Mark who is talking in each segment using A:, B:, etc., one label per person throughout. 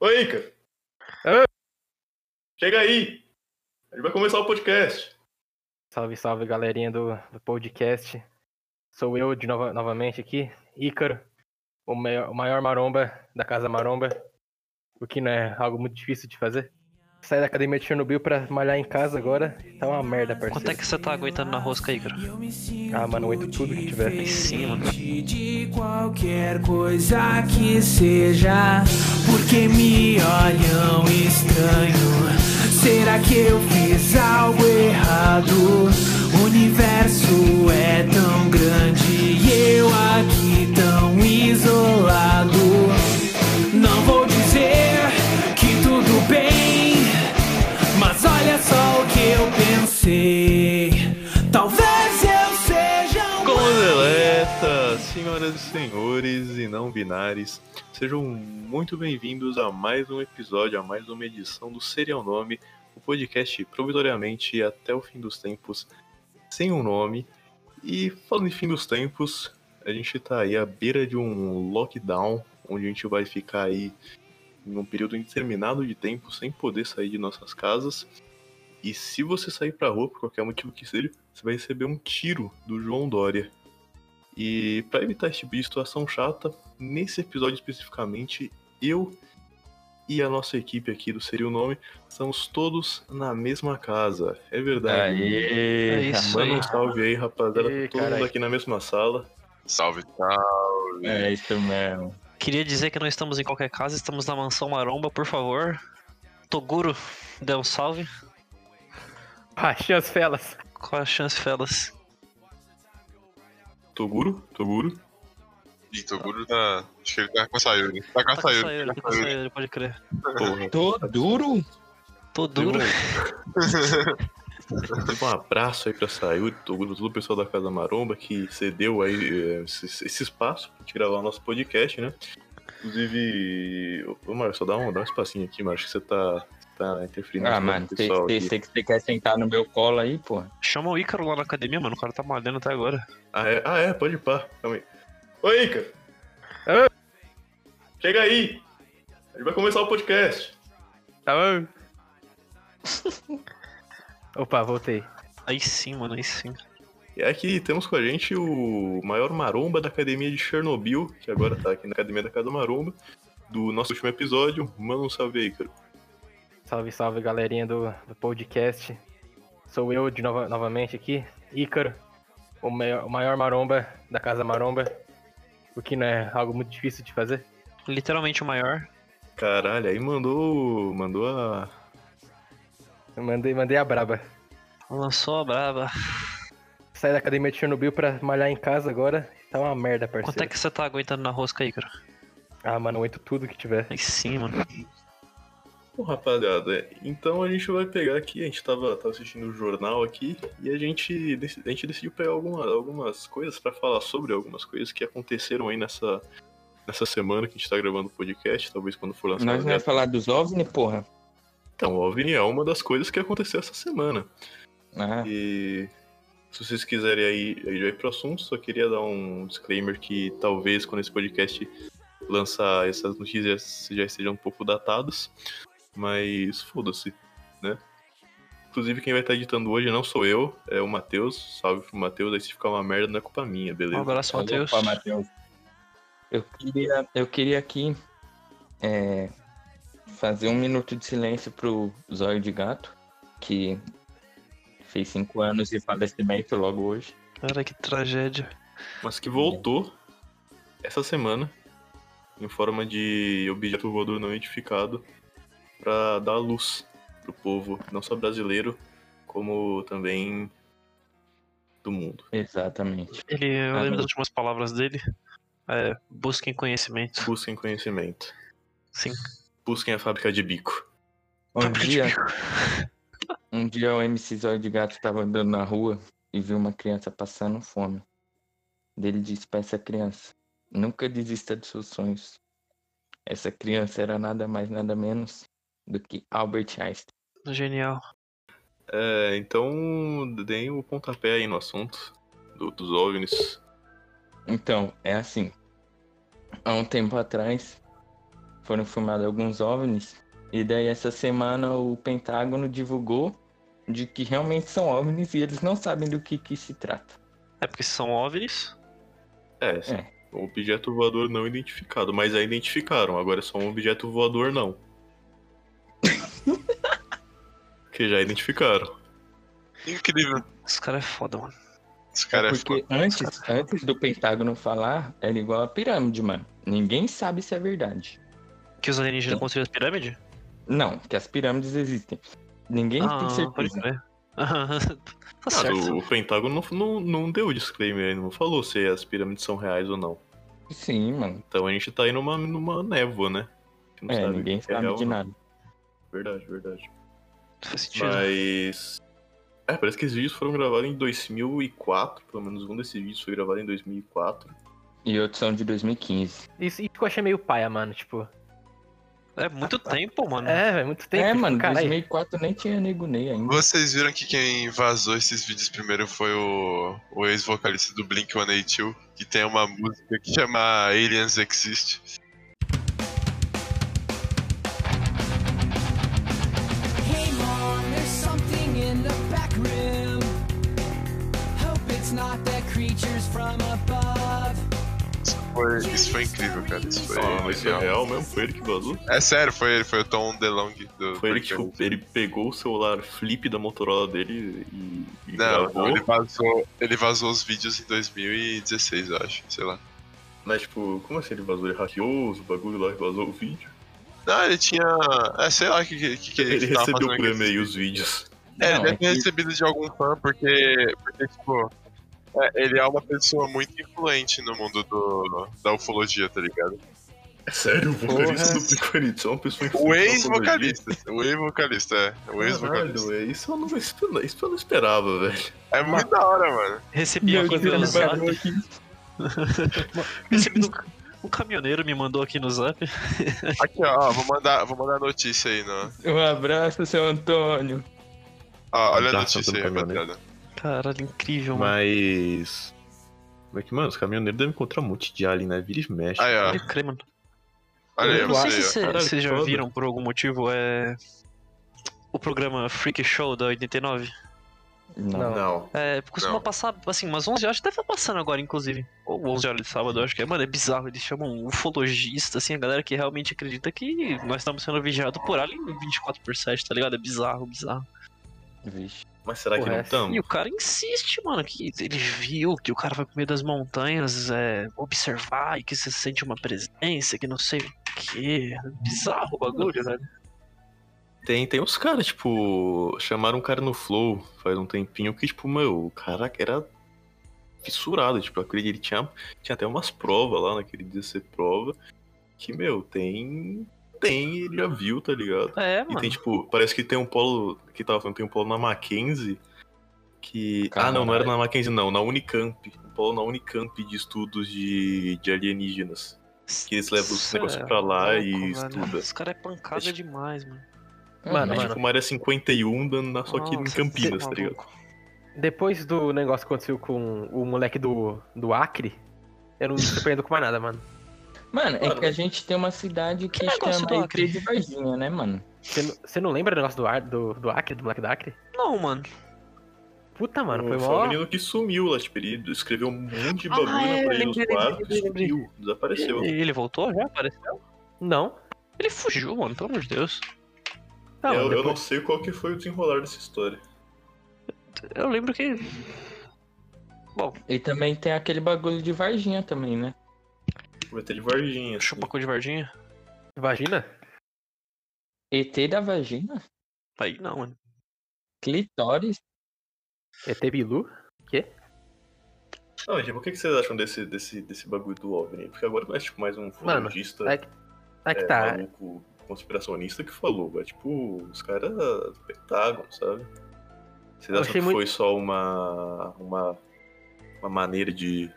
A: Oi, Ícaro. É
B: Oi.
A: Chega aí. A gente vai começar o podcast.
B: Salve, salve, galerinha do, do podcast. Sou eu de nova, novamente aqui, Ícaro, o maior, o maior maromba da Casa Maromba, o que não é algo muito difícil de fazer. Saí da academia de Chernobyl pra malhar em casa agora, tá uma merda, parceiro.
C: Quanto é que você tá aguentando na rosca aí, cara?
B: Ah, mano, aguento tudo que tiver.
C: Em cima.
D: De qualquer coisa que seja, porque me olham estranho. Será que eu fiz algo errado? O universo é tão grande e eu aqui tão isolado. Não vou dizer que tudo bem, mas olha só o que eu pensei. Talvez eu seja um
A: Codeleta, senhoras e senhores e não binares, sejam muito bem-vindos a mais um episódio, a mais uma edição do Serial Nome, o podcast provisoriamente até o fim dos tempos sem um nome. E falando em fim dos tempos, a gente tá aí à beira de um lockdown, onde a gente vai ficar aí num período indeterminado de tempo sem poder sair de nossas casas. E se você sair pra rua, por qualquer motivo que seja, você vai receber um tiro do João Dória. E pra evitar esse tipo de situação chata, nesse episódio especificamente, eu e a nossa equipe aqui do Seria o Nome estamos todos na mesma casa. É verdade.
C: É
E: Aê!
C: isso
F: tá
A: Manda
C: aí.
A: um salve aí, rapaziada.
B: Ih,
A: todo
B: carai.
A: mundo aqui na mesma sala.
E: Salve, salve.
F: É isso mesmo.
C: Queria dizer que não estamos em qualquer casa, estamos na mansão Maromba, por favor. Toguro, dê um salve.
B: Baixem as felas.
C: Qual é a chance, Felas?
A: Toguro? Toguro?
E: E Toguro tá. Acho que ele tá com a Sayuri. Tá com a
C: Tá com
E: Sayuri.
C: saiu, tá com saiu, pode crer.
A: Porra.
F: Tô duro?
C: Tô duro.
A: Teve um abraço aí pra Sayuri, Toguro, todo o pessoal da Casa Maromba que cedeu aí eh, esse, esse espaço pra gente gravar o nosso podcast, né? Inclusive, ô, ô Mário, só dá um, dá um espacinho aqui, Mário, acho que você tá, tá interferindo
F: Ah,
A: com o
F: mano, você
A: pessoal aqui.
F: que você quer sentar no meu colo aí, pô?
C: Chama o Ícaro lá na academia, mano. O cara tá malhando até agora.
A: Ah, é, ah, é, pode ir pá, calma aí. Oi, Ica!
B: Oi.
A: Chega aí! A gente vai começar o podcast.
B: Tá bom? Opa, voltei.
C: Aí sim, mano, aí sim.
A: E aqui temos com a gente o maior maromba da academia de Chernobyl, que agora tá aqui na academia da Casa Maromba, do nosso último episódio. Manda um salve aí, cara.
B: Salve, salve, galerinha do, do podcast. Sou eu de nova, novamente aqui, Ícaro, o maior, o maior maromba da Casa Maromba, o que não é algo muito difícil de fazer.
C: Literalmente o maior.
A: Caralho, aí mandou. Mandou a.
B: Eu mandei, mandei a braba.
C: Lançou a braba.
B: Saí da academia de Chernobyl pra malhar em casa agora, tá uma merda,
C: Quanto é
B: parceiro.
C: que você tá aguentando na rosca aí, cara?
B: Ah, mano, eu aguento tudo que tiver.
C: Aí sim, mano.
A: Bom, rapaziada, é, então a gente vai pegar aqui, a gente tava, tava assistindo o jornal aqui e a gente, dec- a gente decidiu pegar alguma, algumas coisas pra falar sobre algumas coisas que aconteceram aí nessa, nessa semana que a gente tá gravando o podcast, talvez quando for lançado.
F: Nós não
A: né?
F: vamos falar dos OVNI, porra?
A: Então, o OVNI é uma das coisas que aconteceu essa semana.
F: Ah,
A: E se vocês quiserem aí, aí já ir pro assunto, só queria dar um disclaimer que talvez quando esse podcast lançar essas notícias já estejam um pouco datadas, mas foda-se, né? Inclusive quem vai estar editando hoje não sou eu, é o Matheus. Salve pro Matheus, aí se ficar uma merda não é culpa minha,
C: Um
A: beleza?
C: abraço, Matheus.
F: Opa, Matheus. Eu queria, eu queria aqui é, fazer um minuto de silêncio pro Zóio de Gato, que fez cinco anos de falecimento logo hoje.
C: Cara, que tragédia.
A: Mas que voltou essa semana em forma de objeto voador não identificado para dar luz pro povo, não só brasileiro, como também do mundo.
F: Exatamente.
C: Ele, eu
F: Ah,
C: lembro
F: não.
C: das últimas palavras dele. É, busquem conhecimento.
A: Busquem conhecimento.
C: Sim.
A: Busquem a fábrica de bico.
F: Um dia, um dia o MC Zóio de Gato estava andando na rua e viu uma criança passando fome. Ele disse para essa criança: Nunca desista dos seus sonhos. Essa criança era nada mais, nada menos do que Albert Einstein.
C: Genial.
A: É, então, deem o pontapé aí no assunto do- dos OVNIs.
F: Então, é assim. Há um tempo atrás, foram filmados alguns OVNIs. E daí essa semana o Pentágono divulgou de que realmente são OVNIs e eles não sabem do que, que se trata.
C: É porque são OVNIs.
A: É, sim.
F: É.
A: Um objeto voador não identificado, mas aí identificaram, agora é só um objeto voador não. que já identificaram.
E: Incrível.
C: Os caras é foda, mano.
E: Esse cara é foda.
F: Porque antes, antes do Pentágono falar, era igual a pirâmide, mano. Ninguém sabe se é verdade.
C: Que os alienígenas
F: Sim.
C: construíram as pirâmides?
F: Não, que as pirâmides existem. Ninguém tem
C: Ah, pode
F: certeza.
C: crer. Aham, tá
A: Ah,
C: certo.
A: o, o Pentágono não, não, não deu o disclaimer, ele não falou se as pirâmides são reais ou não.
F: Sim, mano.
A: Então a gente tá aí numa, numa névoa, né? Que não
F: É,
A: sabe
F: ninguém
A: o que é
F: sabe
A: real
F: de
A: ou não.
F: nada.
A: Verdade, verdade.
C: Faz sentido.
A: Mas. É, parece que esses vídeos foram gravados em 2004, pelo menos um desses vídeos foi gravado em 2004.
F: E outros são de 2015.
B: Isso, isso que eu achei meio paia, mano. Tipo,
C: É muito tempo, mano.
B: é, velho, muito tempo.
F: é,
B: tipo,
F: mano,
B: caralho.
F: 2004 nem tinha nego Ney ainda.
E: Vocês viram que quem vazou esses vídeos primeiro foi o, o ex-vocalista do Blink 182, que tem uma música que chama Aliens Exist.
D: Hey mom, there's something in the back room. Hope it's not the creatures from above.
E: Isso foi, isso foi incrível, cara. Isso foi.
A: Ah, mas isso é
E: genial.
A: real mesmo? Foi ele que vazou?
E: É sério, foi ele, foi o Tom DeLonge do.
A: Foi ele que
E: Blink
A: tipo, ele pegou o celular flip da Motorola dele e, e
E: Não,
A: gravou.
E: ele vazou, ele vazou os vídeos em 2016, eu acho, sei lá.
A: Mas tipo, como assim ele vazou? Ele hackeou os bagulho lá e vazou o vídeo?
E: Não, ele tinha. É, sei lá o que, que, que
A: Ele
E: tava
A: recebeu
E: fazendo
A: por
E: aqui.
A: e-mail os vídeos.
E: É, ele
F: Não,
E: deve
F: é
E: ter
F: que-
E: recebido de algum fã, porque, porque tipo, é, ele é uma pessoa muito influente no mundo do, da ufologia, tá ligado?
A: É sério, o vocalista
F: Porra.
A: do Picorito é uma pessoa
E: O
A: influente na
E: ex-vocalista, o ex-vocalista, é. O
A: ufologia. Caralho,
E: ex-vocalista.
A: é, isso eu não, isso eu não- isso eu não esperava, velho.
E: É muito da hora, mano.
C: Recebi uma coisa pelo zap.
F: aqui.
E: assim.
C: Recebi um, um caminhoneiro me mandou aqui no zap.
E: Aqui, ó, vou mandar, vou mandar a notícia aí, no...
F: Um abraço, seu Antônio.
E: ó, olha a
A: Abraço,
E: notícia aí,
A: Antônio Caminhoneiro.
E: rapaziada.
C: Caralho,
B: Então-
C: incrível, mano.
A: Mas. Como é que, mano, os caminhoneiros devem encontrar um monte de alien, né? Vira e mexe.
E: Aí, ó,
C: Pode crer, mano.
E: olha aí,
C: Eu
E: eu
C: não sei
E: sei,
C: se
E: ó.
C: cê-
A: Caralho,
C: vocês
A: que
C: já
A: foda.
C: viram por algum motivo é o programa Freak Show da 89.
F: Não.
A: Não.
C: É, costuma
E: Não.
C: passar assim umas 11 horas, deve estar passando agora inclusive. Ou 11 horas de sábado, eu acho que é. Mano, é bizarro, eles chamam ufologista assim, a galera que realmente acredita que nós estamos sendo vigiados por alien 24 por 7, tá ligado? É bizarro, bizarro.
F: Vixe.
A: Mas será que
B: Porra,
A: não
B: é
A: estamos?
C: E o cara insiste, mano, que ele viu que o cara vai pro meio das montanhas é, observar e que você sente uma presença, que não sei o que. Bizarro o bagulho, né?
A: Tem, tem uns caras, tipo, chamaram um cara no Flow faz um tempinho que, tipo, meu, o cara era fissurado, tipo, acredito, ele tinha, tinha até umas provas lá naquele dia ser prova, que, meu, tem, tem, ele já viu, tá ligado?
C: É,
A: E
C: mano.
A: tem, tipo, parece que tem um polo, que tava falando, tem um polo na Mackenzie, que... Ah, não, não era na Mackenzie, não, na Unicamp, um polo na Unicamp de estudos de, de alienígenas, que eles levam os
C: Cê
A: negócios
C: é
A: pra lá e
C: louco, velho.
A: estuda.
C: Os caras é pancada
A: É tipo-
C: demais, mano.
B: Mano,
A: É
B: mano.
A: tipo uma área 51, dando na, só que em
C: Nossa,
A: Campinas,
C: cê é
A: tá ligado?
C: maluco.
B: Depois do negócio que aconteceu com o moleque do, do Acre, eu não me surpreendo com mais nada, mano.
F: Mano, é que a gente tem uma cidade que,
C: Que negócio
F: chama
C: do Acre?
F: IP de Varginha, né, mano?
B: Você não- Você não lembra do negócio do, Ar, do, do Acre, do moleque do Acre?
C: Não, mano.
B: Puta, mano, foi
A: o
B: mó.
A: um menino que sumiu lá, tipo, ele escreveu um monte de
C: Ah,
A: bagulho
C: é,
A: na parede dos
C: lembrei,
A: quartos,
C: lembrei, lembrei.
A: sumiu, desapareceu.
C: E- Ele voltou já? Apareceu?
B: Não.
C: Ele fugiu, mano, pelo amor de Deus.
B: Não,
A: eu, eu
B: depois-
A: não sei qual que foi o desenrolar dessa história.
C: Eu lembro que.
F: E também tem aquele bagulho de Varginha também, né?
A: Vai ter de Varginha. assim.
C: Chupa cu de Varginha?
B: Imagina?
F: ET da vagina?
C: Aí não, mano.
F: Clitóris?
B: ET Bilu?
A: Não, tipo, o que que vocês acham desse, desse, desse bagulho do OVNI? Porque agora não é tipo mais um
B: Mano,
A: futurista
B: é que- Ah, que tá.
A: maluco conspiracionista que falou. É tipo, os caras do Pentágono, sabe? Vocês
B: Eu
A: acham
B: achei
A: que
B: muito-
A: foi só uma, uma, uma maneira de,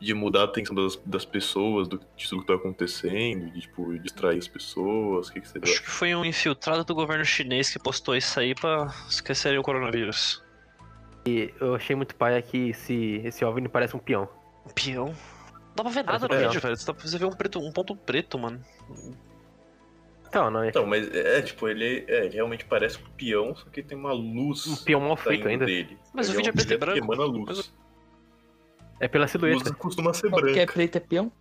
A: de mudar a atenção das, das pessoas, do, disso que tá acontecendo, de tipo, distrair as pessoas? O que, que vocês
C: Acho
A: acham?
C: que foi um infiltrado do governo chinês que postou isso aí pra esquecerem o coronavírus.
B: Eu achei muito paia que esse, esse OVNI parece um peão.
C: Peão? dá pra ver nada no
A: É.
C: vídeo, velho. Você, tá- você vê um, preto, um ponto preto, mano.
B: Então, não, é
A: Então, mas é tipo, ele, é, ele realmente parece um peão, só que tem uma luz
B: um peão mal
A: saindo
B: feito ainda.
A: dele.
C: Mas o
A: Ele
C: vídeo é
A: um
C: preto e
A: objeto
C: branco.
A: que emana luz.
C: Mas-
B: É pela
A: Luz
B: silhueta.
A: costuma ser
F: Não, Porque é
A: branca.
F: preto é peão?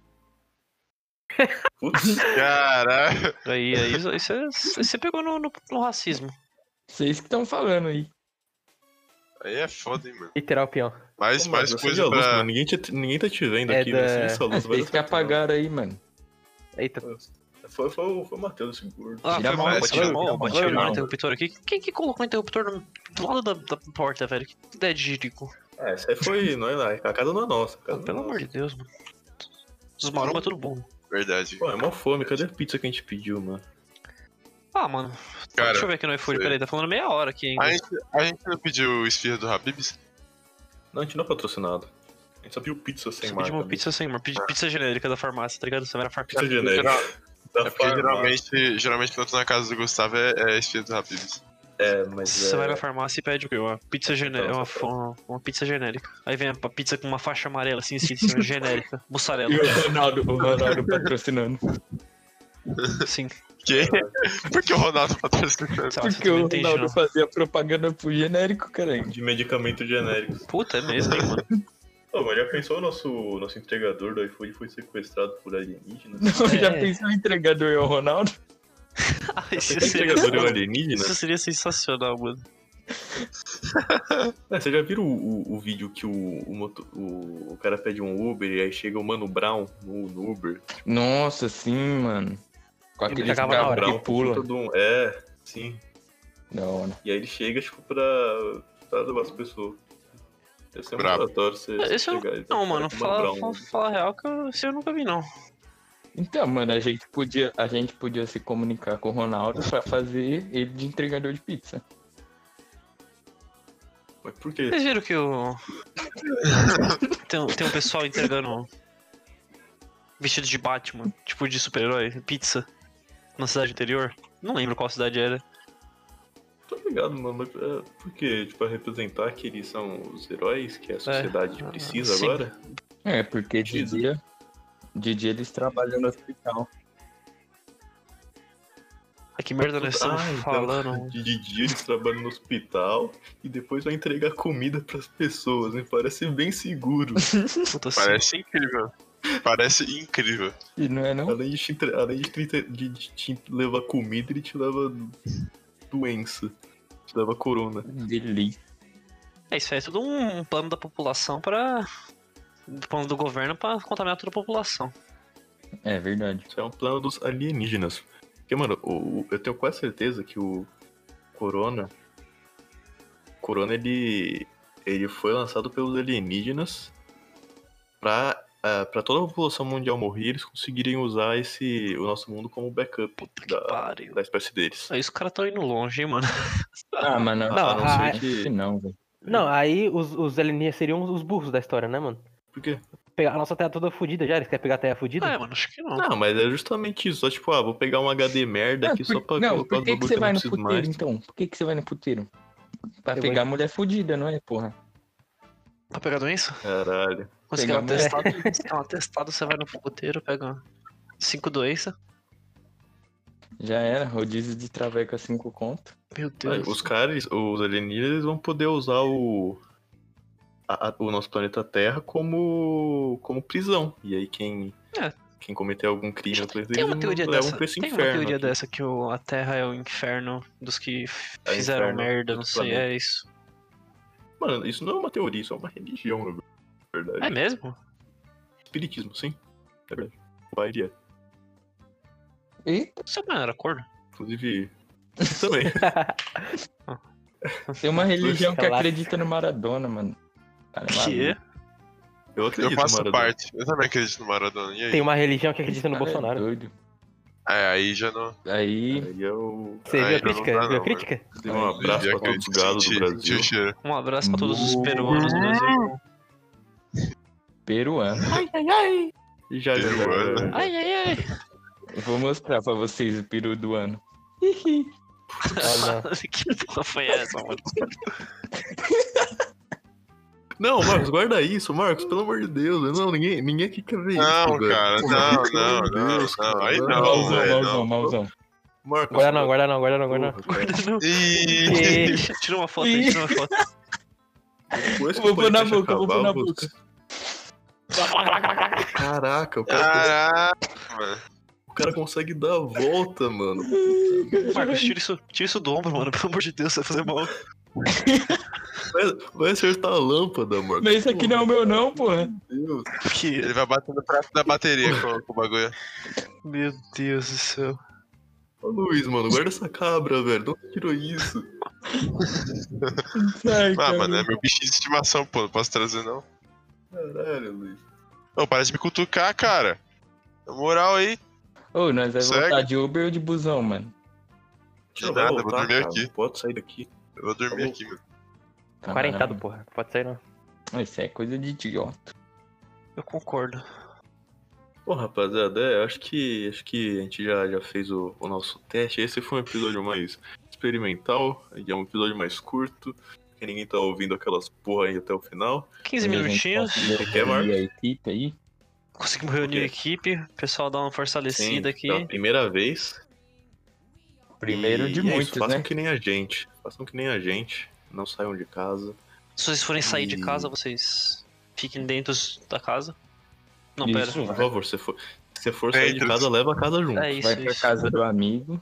A: Putz.
E: Caralho.
C: Aí, aí, isso- isso é- você pegou no, no- no racismo.
F: Vocês que estão falando aí.
E: Aí é foda, hein, mano.
B: Literal peão.
E: Mais,
A: Ô,
E: mais
A: mano, acende
E: coisa
A: a luz,
E: pra.
A: é mano. Ninguém, te, ninguém tá te vendo
B: É
A: aqui,
B: da-
A: velho. Acende essa
F: Ah,
A: luz, vai
F: Vocês que
A: dar certo, não.
F: apagaram aí, mano.
B: Eita,
A: Foi, foi, foi o Matheus, assim, esse gordo.
C: Ah,
F: Tira
C: foi
F: a mão,
C: mal,
E: tira
C: bati
E: a
C: a
A: mão,
C: mão, bati
A: tira
C: a
A: a
C: mão
A: mão.
C: no interruptor aqui. Quem que colocou o interruptor no- do lado da, da porta, velho? Que ideia de rico.
A: Ah, essa aí foi. Não é lá. A casa não é nossa. a
C: Ah,
A: casa
C: pelo
A: não é
C: amor de Deus, mano. Os maromba é tudo bom.
E: Verdade.
A: Pô, é uma fome, cadê a pizza que a gente pediu, mano?
C: Ah, mano.
E: Cara,
C: Deixa eu ver aqui no iFood,
E: sei.
C: peraí, tá falando meia hora aqui ainda.
E: A gente, a gente não pediu esfirra do Habibs?
A: Não, a gente não é patrocinado. A gente só pediu pizza sem
C: Você
A: marca.
C: pediu uma
A: né?
C: pizza sem, uma pizza, pizza genérica da farmácia, tá ligado? Você vai na farmácia.
A: Pizza genérica.
E: Geral-
A: Da
E: É porque
A: farmácia.
E: geralmente, geralmente quando eu tô na casa do Gustavo é, é esfirra do Habibs.
A: É, mas.
C: Você
A: é...
C: vai na farmácia e pede o quê? Uma pizza, gene...
A: Então,
C: uma,
A: você
C: uma, uma pizza genérica. Aí vem a pizza com uma faixa amarela assim, assim, assim genérica. Mussarela.
F: E o Ronaldo, o Ronaldo patrocinando.
C: Sim.
A: É
E: Que? Por que o Ronaldo tá patrocina?
C: assim, Sei lá, você
F: Porque
C: não
F: o
C: entende, não.
F: Ronaldo fazia propaganda pro genérico, caralho.
A: De medicamento genérico.
C: Puta, é mesmo, hein, mano.
A: Ô, mas já pensou o nosso, nosso entregador do iFood foi sequestrado por alienígenas?
F: Não, Já
C: É.
F: pensou o entregador é o Ronaldo?
C: Ah,
A: Você
C: Isso
A: que
C: seria,
A: entregador é um alienígena?
C: isso seria sensacional, mano.
A: É, você já viu o, o, o vídeo que o, o, moto- o- o cara pede um Uber e aí chega o Mano Brown no, no Uber?
F: Nossa, sim, mano. Com
B: Ele
F: aquele
B: cagava na
F: carro
B: hora.
A: Brown
F: que pula.
A: puta de um- É, sim.
F: Da hora.
A: E aí ele chega, tipo, pra, pra levar as pessoas. Deve ser um
E: Brabo.
A: laboratório você você
C: Esse eu
A: chegar e-
C: Não, mano,
A: Mano
C: fala,
A: Brown.
C: fala, fala a real que eu, esse eu nunca vi, não.
F: Então, mano, a gente podia, a gente podia se comunicar com o Ronaldo pra fazer ele de entregador de pizza.
A: Mas por quê?
C: Vocês viram que o. tem, um- tem um pessoal entregando. vestido de Batman, tipo de super-herói, pizza, na cidade interior? Não lembro qual cidade era.
A: Tô ligado, mano. Mas é, por quê? Tipo, pra representar que eles são os heróis que a sociedade
C: Ah,
A: precisa
C: sim.
A: agora?
F: É, porque de
A: Jesus.
F: dia, de dia eles trabalham no hospital.
C: Ah, que merda nós estamos
A: Ah, então.
C: falando?
A: De, de dia eles trabalham no hospital e depois vai entregar comida pras pessoas, né? Parece bem seguro.
C: Puta assim.
E: Parece incrível. Parece incrível.
F: E não é não?
A: Além de te, entre- além de te entre- de- de te levar comida, ele te leva doença. Te leva corona.
F: Delícia.
C: É, isso aí é tudo um plano da população pra. um plano do governo pra contaminar toda a população.
F: É verdade.
A: Isso é um plano dos alienígenas. Porque, mano, o- o- eu tenho quase certeza que o Corona. Corona, ele. Ele foi lançado pelos alienígenas pra, ah, pra toda a população mundial morrer eles conseguirem usar esse, o nosso mundo como backup
C: Puta que
A: da,
C: pariu.
A: da espécie deles.
C: Aí os caras tão indo longe, hein, mano.
F: Ah, mano,
A: a
B: Não,
A: não
B: ah,
A: ser
F: acho que
A: que.
F: não, velho.
B: Não, aí os, os alienígenas seriam os burros da história, né, mano?
A: Por quê?
B: Pegar a nossa terra toda fodida já, eles querem pegar a terra fodida?
C: É, mano, acho que não.
A: Não, mas é justamente isso. Só tipo, ah, vou pegar um HD merda aqui
F: Ah, por-
A: só pra
F: não, por
A: os
F: que, que
A: bagulho
F: você
A: eu
F: vai no
A: preciso
F: puteiro, então? Por que, que você vai no puteiro? Pra
B: Eu
F: pegar
B: vou-
F: mulher fudida, não é, porra?
C: Tá pegando isso?
A: Caralho.
C: Você quer
F: Pegar
C: um
F: mulher.
C: atestado? Você quer um atestado, você vai no puteiro, pega um cinco doenças.
F: Já era, rodízio de traveca 5 conto.
C: Meu
A: Aí,
C: Deus.
A: Os caras, os alienígenas, eles vão poder usar o, a- a- o nosso planeta Terra como, como prisão. E aí quem,
C: É.
A: quem cometer algum crime no planeta,
C: Tem um é
A: eles
C: uma teoria
A: levam
C: dessa.
A: pra esse
C: Tem uma
A: um inferno.
C: teoria
A: aqui.
C: dessa que o- a Terra é o inferno dos que f-
A: É o
C: fizeram
A: inferno
C: merda, não
A: dos
C: sei,
A: planetas.
C: é isso.
A: Mano, isso não é uma teoria, isso é uma religião, na verdade. É
C: É mesmo?
A: Espiritismo, sim. É verdade. Vai, ele é.
F: E
C: Você não era corno?
A: Inclusive, eu também.
F: tem uma religião que
B: Relaxa.
F: acredita no Maradona, mano. Cara, é
C: Que?
F: maluco.
A: Eu
E: Eu
A: acredito,
E: faço
A: Maradona.
E: parte. Eu também acredito no Maradona. E aí?
B: Tem uma religião que acredita no
F: Cara, é
B: Bolsonaro.
F: doido.
E: É, aí já não.
F: Aí,
A: né? Aí eu
B: Você
E: Ah,
B: viu a
E: então não
B: crítica?
E: dá
B: viu
E: não,
B: a crítica?
A: dei um abraço pra todos os galos do
E: Senti- senti
A: Brasil.
E: o cheiro.
C: Um abraço pra todos os peruanos. meus irmãos.
F: peruano.
A: Já
E: Teve
A: já,
E: um ano.
A: já, já.
C: Ai, ai, ai.
F: Eu Vou mostrar pra vocês o peru do ano.
B: Ah, não.
C: que porra foi essa, mano?
A: Não, Marcos, guarda isso, Marcos, pelo amor de Deus. Não, ninguém, ninguém aqui quer ver isso.
E: Não, cara, não,
A: Pelo
E: não,
A: amor de
E: não,
A: Deus,
E: não,
A: cara.
E: aí não,
F: Mauzão,
E: velho,
F: mauzão, mauzão.
A: Marcos,
B: Guarda não, guarda não, guarda não, guarda não.
E: Ih,
C: Ih, Tira uma foto aí, tira uma foto.
A: Depois que
F: Vou
A: o
F: pôr na
A: podcast
F: boca, vou pôr na
A: acabar, eu
F: boca.
A: Caraca, o cara,
E: caraca.
A: o cara consegue dar a volta, mano.
C: Marcos, tira isso, tira isso do ombro, mano. Pelo amor de Deus, vai fazer mal.
A: Vai, vai acertar a lâmpada, Marcos.
F: Mas isso aqui não é o meu não, porra.
A: Meu Deus.
C: Que-
E: Ele vai batendo o prato da bateria com, com o bagulho. Ah,
C: Meu Deus do céu.
A: Ô, Luiz, mano, guarda essa cabra, velho. De onde tirou isso?
F: Ai,
E: Ah,
A: Então,
F: cara.
E: mano, é
A: né?
E: meu bichinho de estimação, pô, não posso trazer não.
A: Caralho, Luiz.
E: Ô, para de me cutucar, cara. Na moral aí,
F: Ô, nós vai
E: Segue.
F: voltar de Uber ou de busão, mano?
E: de
A: Não, vai
E: nada, vou
A: voltar,
E: dormir
A: cara.
E: aqui.
A: Pode sair daqui.
E: Eu vou dormir
A: Tá bom.
E: aqui, mano.
F: Tá
B: Quarentado, porra. Não Pode sair não.
F: porra. né? Isso é coisa de idiota.
C: Eu concordo.
A: Bom, rapaziada, é, acho que acho que a gente já, já fez o, o nosso teste. Esse foi um episódio mais experimental, é um episódio mais curto, que ninguém tá ouvindo aquelas porra aí até o final.
C: 15
F: Quando a gente
C: minutinhos.
F: conseguir
A: Você quer, Marcos?
F: reunir a equipe aí.
C: Conseguimos reunir a
A: Ok.
C: equipe. O pessoal dá uma fortalecida aqui.
A: pela primeira vez.
F: Primeiro
A: E
F: de
A: é isso,
F: muitos,
A: façam
F: né?
A: que nem a gente. Façam que nem a gente. Não saiam de casa.
C: Se vocês forem sair de
F: Hum.
A: E-
C: casa, vocês fiquem dentro da casa. Não, pera.
F: Isso,
A: Por
F: vai.
A: favor, se for, se for sair de
E: Dentro.
A: casa, leva a casa junto.
C: É isso,
F: Vai pra
C: isso.
F: casa do amigo.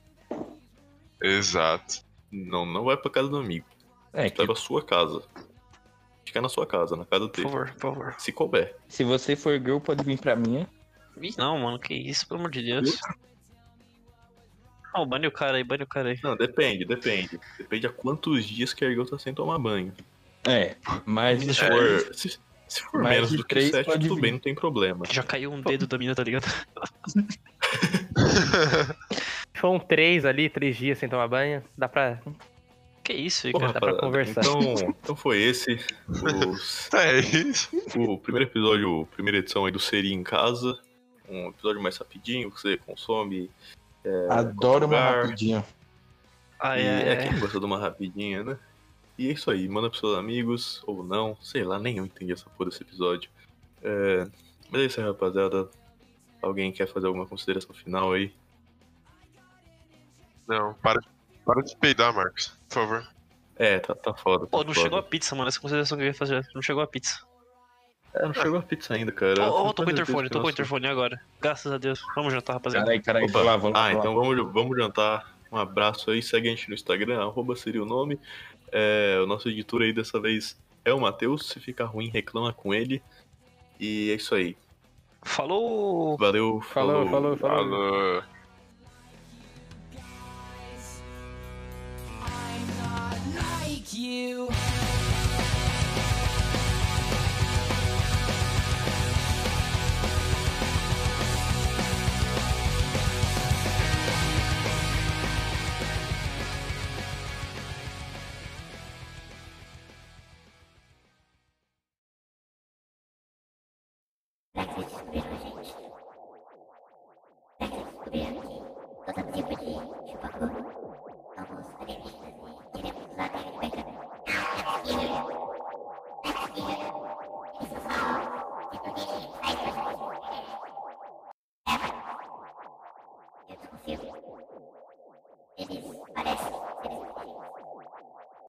E: Exato.
A: Não, não vai pra casa do amigo.
F: É,
C: Tá
F: que
A: Leva a sua casa. Fica na sua casa, na casa
C: Por
A: dele.
C: favor, por favor.
A: Se couber.
F: se você for girl, pode vir pra minha.
C: Ih, não, mano, que isso, pelo amor de Deus. Não, bane o cara aí, bane o cara aí.
A: Não, depende, depende. Depende a quantos dias que a Ergel tá sem tomar banho.
F: É, mas...
A: Se for, se, se for
F: Mais
A: menos
F: de
A: do que
F: três,
A: 7,
F: pode
A: tudo
F: vir.
A: bem, não tem problema.
C: Já caiu um dedo da mina, tá ligado?
B: Foram um três ali, três dias sem tomar banho. Dá pra.
C: Que isso,
A: Pô,
C: Ica?
B: dá pra
A: rapaziada,
B: conversar.
A: Então, então foi esse os-
E: Tá, é isso.
A: o primeiro episódio, primeira edição aí do Seria em Casa. Um episódio mais rapidinho, que você consome.
F: Adoro uma
A: lugar.
F: rapidinha.
C: Ah,
A: e
C: é,
A: é,
C: é.
A: quem gosta de uma rapidinha, né? E é isso aí, manda pros seus amigos, ou não, sei lá, nem eu entendi essa porra desse episódio. É, mas é isso aí, rapaziada. Alguém quer fazer alguma consideração final aí?
E: Não, para, para de peidar, Marcos. Por favor.
A: É, tá, tá foda.
C: Pô,
A: tá
C: não
A: foda.
C: chegou a pizza, mano. Essa consideração que eu ia fazer. Não chegou a pizza.
A: É, não chegou a pizza ainda, cara.
C: Ó,
F: tá
C: ó,
A: Eu
C: Ah. tô com o
A: tenho certeza
C: interfone,
A: que
C: tô com o
A: nosso-
C: interfone agora. Graças a Deus. Vamos jantar, rapaziada.
F: Caralho, caralho,
A: Opa.
F: vou lá, vou lá.
A: Ah,
F: vou lá.
A: então vamos, vamos jantar. Um abraço aí, segue a gente no Instagram, arroba seria o nome. É, o nosso editor aí dessa vez é o Matheus. Se ficar ruim, reclama com ele. E é isso aí.
C: Falou!
A: Valeu,
B: Falou, falou, falou.
E: Alô.
D: I'm not like you.